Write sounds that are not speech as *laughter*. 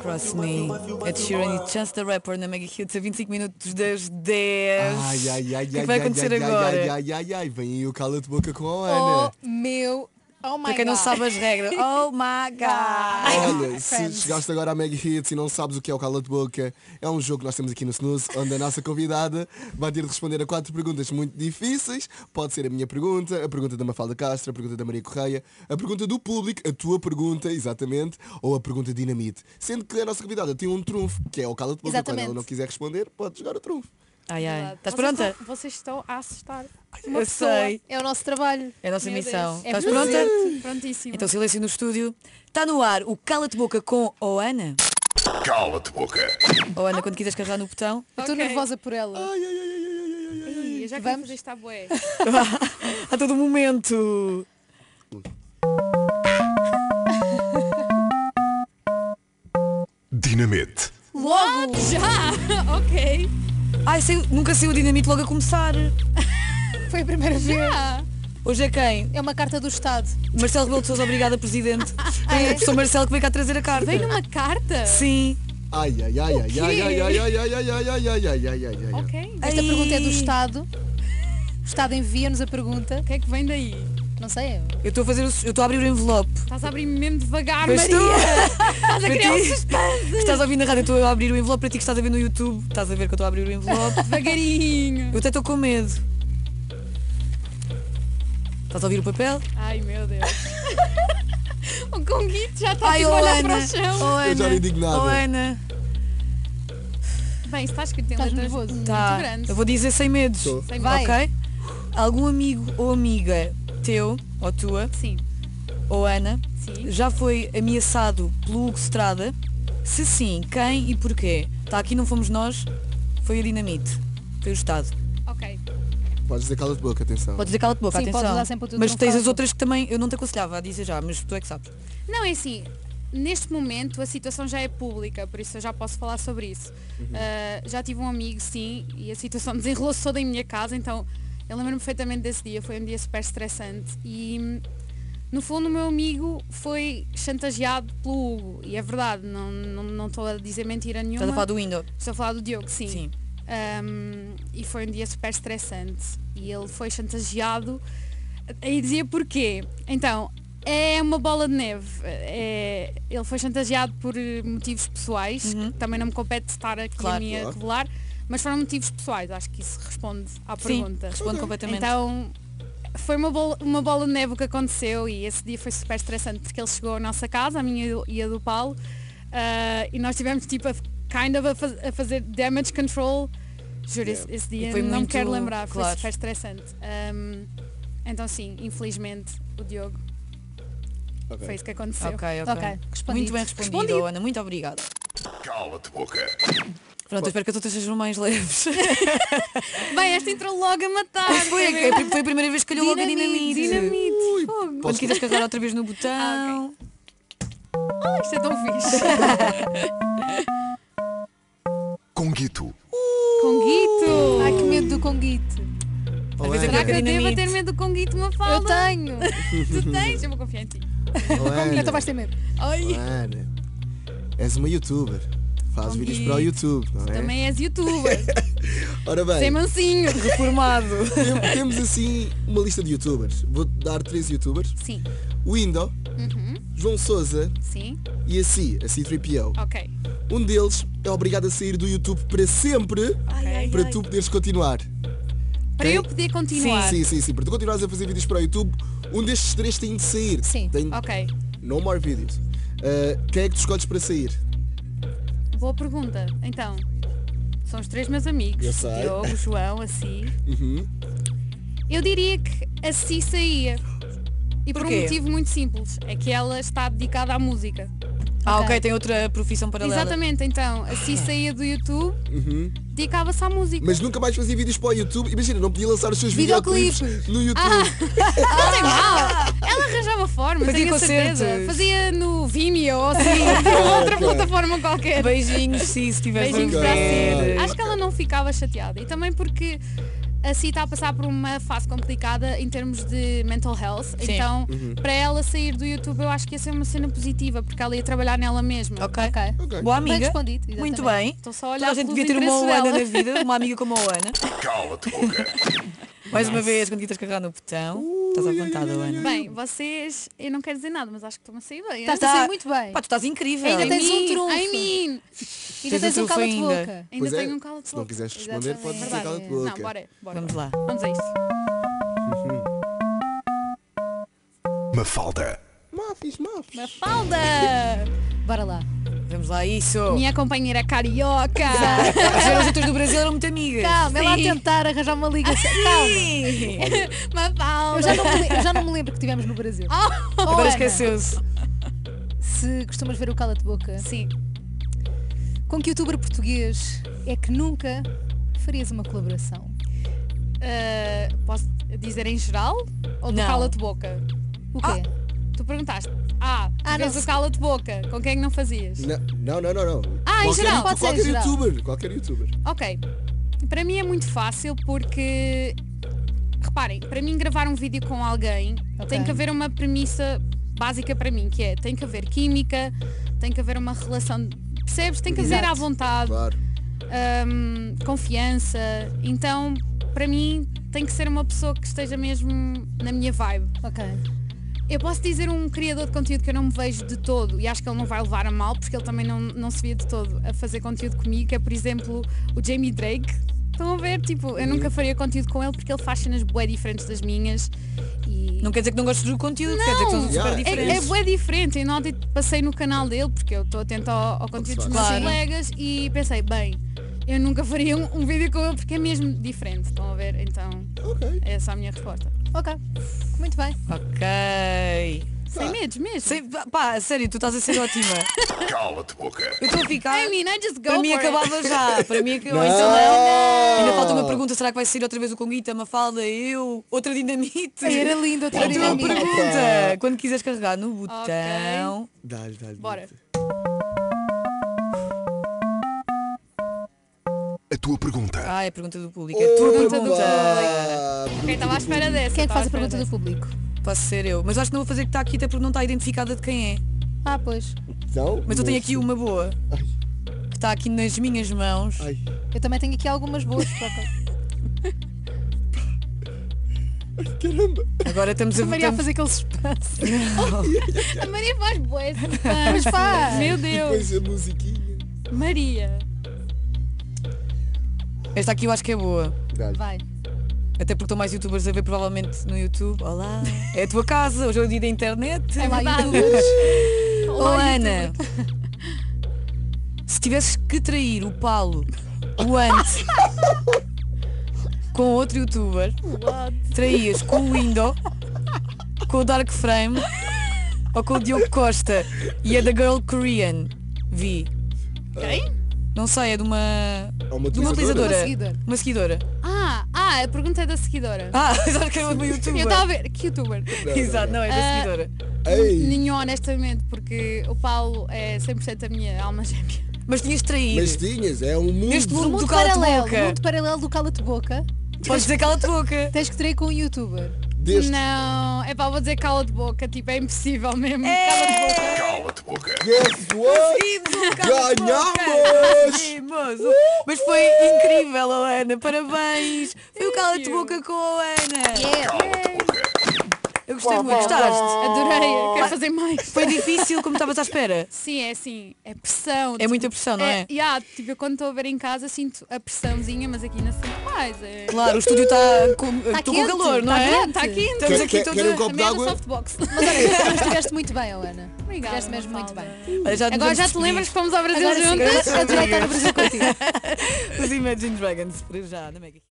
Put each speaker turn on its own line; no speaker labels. Cross Me, Ed Sheeran e Chance the Rapper na Mega Hits a 25 minutos das 10.
Ai, ai, ai,
o que é
ai,
que vai
ai,
acontecer
ai, ai,
agora?
Ai, ai, ai, ai, vem aí o cala-te-boca com a
Oh
Ana.
meu. Oh my
Para quem não
God.
sabe as regras. Oh *laughs* my God!
Olha, se
Friends.
chegaste agora à Mega Hits e não sabes o que é o cala-te-boca, é um jogo que nós temos aqui no Snooze, onde a nossa convidada vai ter de responder a quatro perguntas muito difíceis. Pode ser a minha pergunta, a pergunta da Mafalda Castro, a pergunta da Maria Correia, a pergunta do público, a tua pergunta, exatamente, ou a pergunta dinamite. Sendo que a nossa convidada tem um trunfo, que é o cala-te-boca. Quando
Exatamente.
ela não quiser responder, pode jogar o trunfo.
Ai, ai. Estás
Vocês
Tá pronta?
estão- Vocês estão a assustar.
Eu sei.
É o nosso trabalho.
É a nossa
Meu
missão.
Deus.
Estás
É
pronta?
Prontíssima.
Então silêncio no estúdio. Está no ar o Cala-te-boca com a Ana.
Cala-te boca.
Ou Ana, quando quiseres carregar no botão.
Eu estou
Ok.
nervosa por ela.
Ai, ai, ai, ai, ai, ai, ai, ai.
Ih, eu já
Vamos.
vamos está bué.
a todo momento.
Dinamite.
Logo!
*laughs*
Já! ok.
Ai, saiu- nunca saiu o dinamite logo a começar.
Foi a primeira vez.
Ah,
Hoje é quem?
É uma carta do Estado.
Marcelo Rebelo de Sousa, obrigada, Presidente. É o professor Marcelo que veio cá trazer a carta.
veio numa carta?
Sim.
Ai, ai, ai, ai, ai, ai, ai, ai, ai, ai, ai, ai, ai, ai, ai, ai.
Ok.
Esta
Ai.
pergunta é do Estado. O Estado envia-nos a pergunta.
O que é que vem daí?
Não sei eu.
Eu estou a fazer o su- eu estou a abrir o envelope.
Estás a abrir-me mesmo devagar,
Mas tu-
Maria. Estás a
Para
criar um
ti- que estás a ouvir na rádio, eu estou a abrir o envelope para ti que estás a ver no YouTube. Estás a ver que eu estou a abrir o envelope.
devagarinho.
Eu até estou com medo. Estás a ouvir o papel?
Ai, meu Deus. *laughs* o Conguito já está
Ai,
tipo, a
oh,
olhar para
Ana.
o chão.
Oh,
Eu já
Ana.
nem digo nada.
Oh, Ana.
Bem, se está escrito em
Estás
letras
nervoso?
muito
Tá.
grandes.
Eu vou dizer sem medos.
Tô.
Sem
Vai.
Ok? Algum amigo ou amiga teu, ou tua,
Sim.
ou Ana,
Sim.
já foi ameaçado pelo Hugo Strada? Se sim, quem e porquê? Está aqui, não fomos nós, foi a Dinamite. Foi o Estado.
Ok.
Podes dizer cala-te-boca, atenção.
Podes dizer cala-te boca,
Sim,
atenção.
podes usar sempre o teu
mas
tom
tens as
falso.
outras que também, eu não te aconselhava a dizer já, mas tu é que sabes.
Não, é assim, neste momento a situação já é pública, por isso eu já posso falar sobre isso. Ah, já tive um amigo, sim, e a situação *laughs* desenrolou-se toda em minha casa, então eu lembro-me perfeitamente desse dia, foi um dia super estressante e hum, no fundo o meu amigo foi chantageado pelo Hugo, e é verdade, não não- não estou a dizer mentira nenhuma.
Estás a falar do Windows.
Estou a falar do Diogo, sim.
Sim.
Um, e foi um dia super estressante. E ele foi chantageado. E dizia porquê. Então, é uma bola de neve. É- ele foi chantageado por eh, motivos pessoais. que também não me compete estar aqui
Uhum. Claro.
a mim a
Claro.
revelar. Mas foram motivos pessoais. Acho que isso responde à
Sim,
pergunta.
responde completamente.
Então foi uma bola, uma bola de neve o que aconteceu e esse dia foi super estressante porque ele chegou à nossa casa, a minha e do- e a do Paulo, ah, e nós tivemos tipo a, kind of a, faz- a fazer damage control. Juro, esse, esse dia
E foi
não me
muito-
quero lembrar, foi
claro.
super estressante. Ahm, então sim, infelizmente o Diogo
Ok.
foi isso que aconteceu.
Ok, ok.
Ok,
Muito
respondido.
bem respondido,
Respondido.
Ana, muito obrigada.
Cala-te boca.
Pronto, eu espero que as outras sejam mais leves.
Bem, esta entrou logo a matar.
*laughs* foi, a- foi a primeira vez que calhou logo a É dinamite.
dinamite.
Ui,
Quando
posso...
quiseres carregar outra vez no botão.
Ah, Ah, isto é tão fixe.
Conguito.
Conguito.
Ai que medo do Conguito.
Às vezes eu
Será
quero
que eu devo
dinamite.
ter medo do Conguito, uma
Eu
fala?
tenho.
*laughs* Tu tens? Eu vou confiar em ti.
Oh, Ana,
Então vais ter medo.
Ai.
Ana, é, né? és uma youtuber. Faz
Conguito.
vídeos para o YouTube, não é?
Também és
*laughs*
youtuber,
Ora
sem
bem,
mansinho.
Reformado.
tem- temos assim uma lista de youtubers. Vou dar três youtubers.
Sim,
O Indo,
Uhum.
João Souza
sim,
e a Si, a C3PO.
ok.
Um deles é obrigado a sair do YouTube para sempre para tu poderes continuar.
Para
Ok?
eu poder continuar.
Sim, sim, sim. Para tu continuares a fazer vídeos para o YouTube, um destes três tem de sair.
Sim.
Tem...
Ok,
No more videos. Ah, quem é que tu escolhes para sair?
boa pergunta. Então, são os três meus amigos.
Eu sei.
Diogo, João, assim.
Uhum.
Eu diria que a Si saía. E por
Porquê?
um motivo muito simples, é que ela está dedicada à música.
Ah, ok,
Ok.
tem outra profissão paralela.
Exatamente, então, a
Ah.
Si saía do YouTube, dedicava-se à música.
Uhum. Mas nunca mais fazia vídeos para o YouTube. Imagina, não podia lançar os seus
Videoclipes.
videoclipes
Ah,
no YouTube.
Não tem mal. Ela arranjava forma,
Fazia
tenho a certeza.
concertos.
Fazia no Vimeo ou
*laughs*
assim, ou outra plataforma qualquer.
Beijinhos, sim, se tiveres
Beijinhos
a
para
ver.
si.
Acho que ela não ficava chateada. E também porque a Si está a passar por uma fase complicada em termos de mental health.
Sim.
Então,
Uhum.
para ela sair do YouTube, eu acho que ia ser uma cena positiva, porque ela ia trabalhar nela mesma.
Ok.
Ok.
Ok.
Boa
Bem
amiga.
respondido, exatamente.
Muito bem.
Estou só a olhar
Toda a gente
pelos
devia ter uma
interesses
Oana
dela.
na vida, uma amiga como a Oana.
Cala-te boca.
*laughs* Mais uma vez, quando quitas carregar no botão, estás à vontade, Oana.
Bem, vocês, eu não quero dizer nada, mas acho que estão a sair
Tá,
bem. hein?
Estás a sair muito bem.
Pá, tu estás incrível.
Ainda
I
tens um
mean,
trunfo.
I mean.
Ainda
Tens
tens
o
um cala de
trunfo ainda.
boca.
Ainda
Pois é,
tenho um cala de
se não
boca.
quiseres responder,
Exatamente.
podes dizer
Verdade.
cala-te boca.
Não, bora, bora.
Vamos lá.
Vamos a isto.
Mafalda.
Mafis, mafis.
Mafalda!
Bora lá.
Vamos lá, isso.
Minha companheira carioca!
As veras juntas do Brasil eram muito amigas.
Calma, ela a
Sim.
tentar arranjar uma ligação. Calma.
Sim.
Eu
Mafalda!
já, não me, le- eu já não me lembro que tivemos no Brasil. Ou,
Oh!
*laughs*
Ana,
Agora esqueceu-se.
Se costumas ver o cala de boca,
Sim.
com que youtuber português é que nunca farias uma colaboração?
Ah, posso dizer em geral? Ou do
Não.
cala-te boca?
O quê?
Tu perguntaste. Ah,
Ah,
ah vês
não.
o cala-te boca. Com quem é que não fazias?
Não, não, não, não.
Ah, em
qualquer,
geral.
Pode ser em
qualquer
geral.
youtuber, qualquer youtuber.
Ok. Para mim é muito fácil porque reparem, para mim gravar um vídeo com alguém
Ok.
tem que haver uma premissa básica para mim, que é tem que haver química, tem que haver uma relação, percebes? Tem que haver
Exato.
à vontade,
Claro.
hum, confiança. Então, para mim tem que ser uma pessoa que esteja mesmo na minha vibe.
Ok.
Eu posso dizer um criador de conteúdo que eu não me vejo de todo e acho que ele não vai levar a mal porque ele também não, não se via de todo a fazer conteúdo comigo, que é por exemplo o Jamie Drake. Estão a ver? Tipo, eu nunca faria conteúdo com ele porque ele faz cenas bué diferentes das minhas e.
Não quer dizer que não gostes do conteúdo, quer dizer que são
Não.
super
Yeah. É-
É, é
diferentes.
bué diferente, eu não passei no canal dele porque eu estou atenta ao, ao conteúdo dos meus
Claro.
colegas e pensei, bem, eu nunca faria um, um vídeo com ele porque é mesmo diferente, estão a ver? Então
Ok.
é essa a minha resposta.
Ok. Muito bem.
Ok.
Sem medos mesmo.
Sei, pá, pá, a sério, tu estás a ser ótima.
Cala-te boca.
Eu estou a ficar.
I mean, I just go
Para mim
for it.
acabava já. Para mim acabava. Então
Não.
Ainda falta uma pergunta, será que vai sair outra vez o Conguita, Mafalda, eu, outra dinamite? Então,
Ai, era lindo, outra
A tua
dinamite.
pergunta, quando quiseres carregar no botão.
Dá-lhe, dá-lhe.
Bora.
A tua pergunta.
Ai, a Ah, é pergunta do público. A tua
Pergunta do
pergunta.
Ok, estava tá à espera dessa.
Quem é que
estava
faz a
à espera
pergunta do público?
Posso ser eu. Mas acho que não vou fazer que está aqui até porque não está identificada de quem é.
Ah, pois.
Então,
Mas eu tenho aqui uma boa.
Ai.
Que está aqui nas minhas mãos.
Ai.
Eu também tenho aqui algumas boas. por acaso.
Caramba.
Agora estamos a
A *laughs* Maria a
estamos-
fazer aquele suspense. *laughs*
A Maria faz boas.
Mas faz.
*laughs* Meu
E
Deus.
depois a musiquinha.
Maria.
Esta aqui eu acho que é boa.
Dá-lhe.
Vai.
Até porque estão mais youtubers a ver provavelmente no YouTube. Olá. É a tua casa, hoje é o dia da internet.
Olá,
verdade.
youtubers.
Ô Ana, se tivesses que trair o Paulo, o Ante, com outro youtuber, traías com o Window, com o Dark Frame ou com o Diogo Costa e a da Girl Korean? Vi.
Quem?
Não sei, é de uma.
Há uma
de uma
utilizadora.
utilizadora.
Uma seguidora.
Uma seguidora.
Ah, ah, a pergunta é da seguidora.
Ah, *laughs* já que é uma
Eu
youtuber.
estava a ver. Que youtuber?
*laughs* Exato, não, é da
Ah,
seguidora.
Ei.
Nenhum, honestamente, porque o Paulo é 100% a minha alma gêmea.
Mas tinhas traído.
Mas tinhas, é um mundo.
Neste
Do
mundo do
mundo
cala
paralelo,
boca.
mundo paralelo do cala-te boca,
Podes dizer cala-te boca.
tens que trair com um youtuber.
Deste.
Não, é para vou dizer cala de boca, tipo, é impossível mesmo.
É.
Cala-te boca.
Guess what?
Conseguimos um bocado de
Ganhamos!
boca. Conseguimos. Mas foi incrível, Ana. Parabéns. Foi o cala-te boca com a Ana.
Cala-te boca.
Eu gostei muito. Gostaste?
Adorei, eu quero fazer mais.
Foi difícil como estavas à espera.
Sim, é assim, é pressão.
É muita pressão, não é?
yeah, tipo, eu quando estou a ver em casa sinto a pressãozinha, mas aqui na cena mais. É...
Claro, o estúdio está com,
Tá
tô com
quente,
calor, não
tá
é?
quente.
Está aqui, então.
Estamos
Quer-
aqui
quer-
todos.
querem um copo
Também é do
d'água?
*laughs*
softbox.
Mas olha, mas estiveste muito bem, oh, Ana.
Obrigada,
Estiveste mesmo muito
Mafalda.
bem.
Olha, já
Agora
devemos
já te lembras que fomos ao Brasil
Agora sim,
juntos?
a direita no Brasil contigo.
despedir Os Imagine Dragons, para já, na Mega.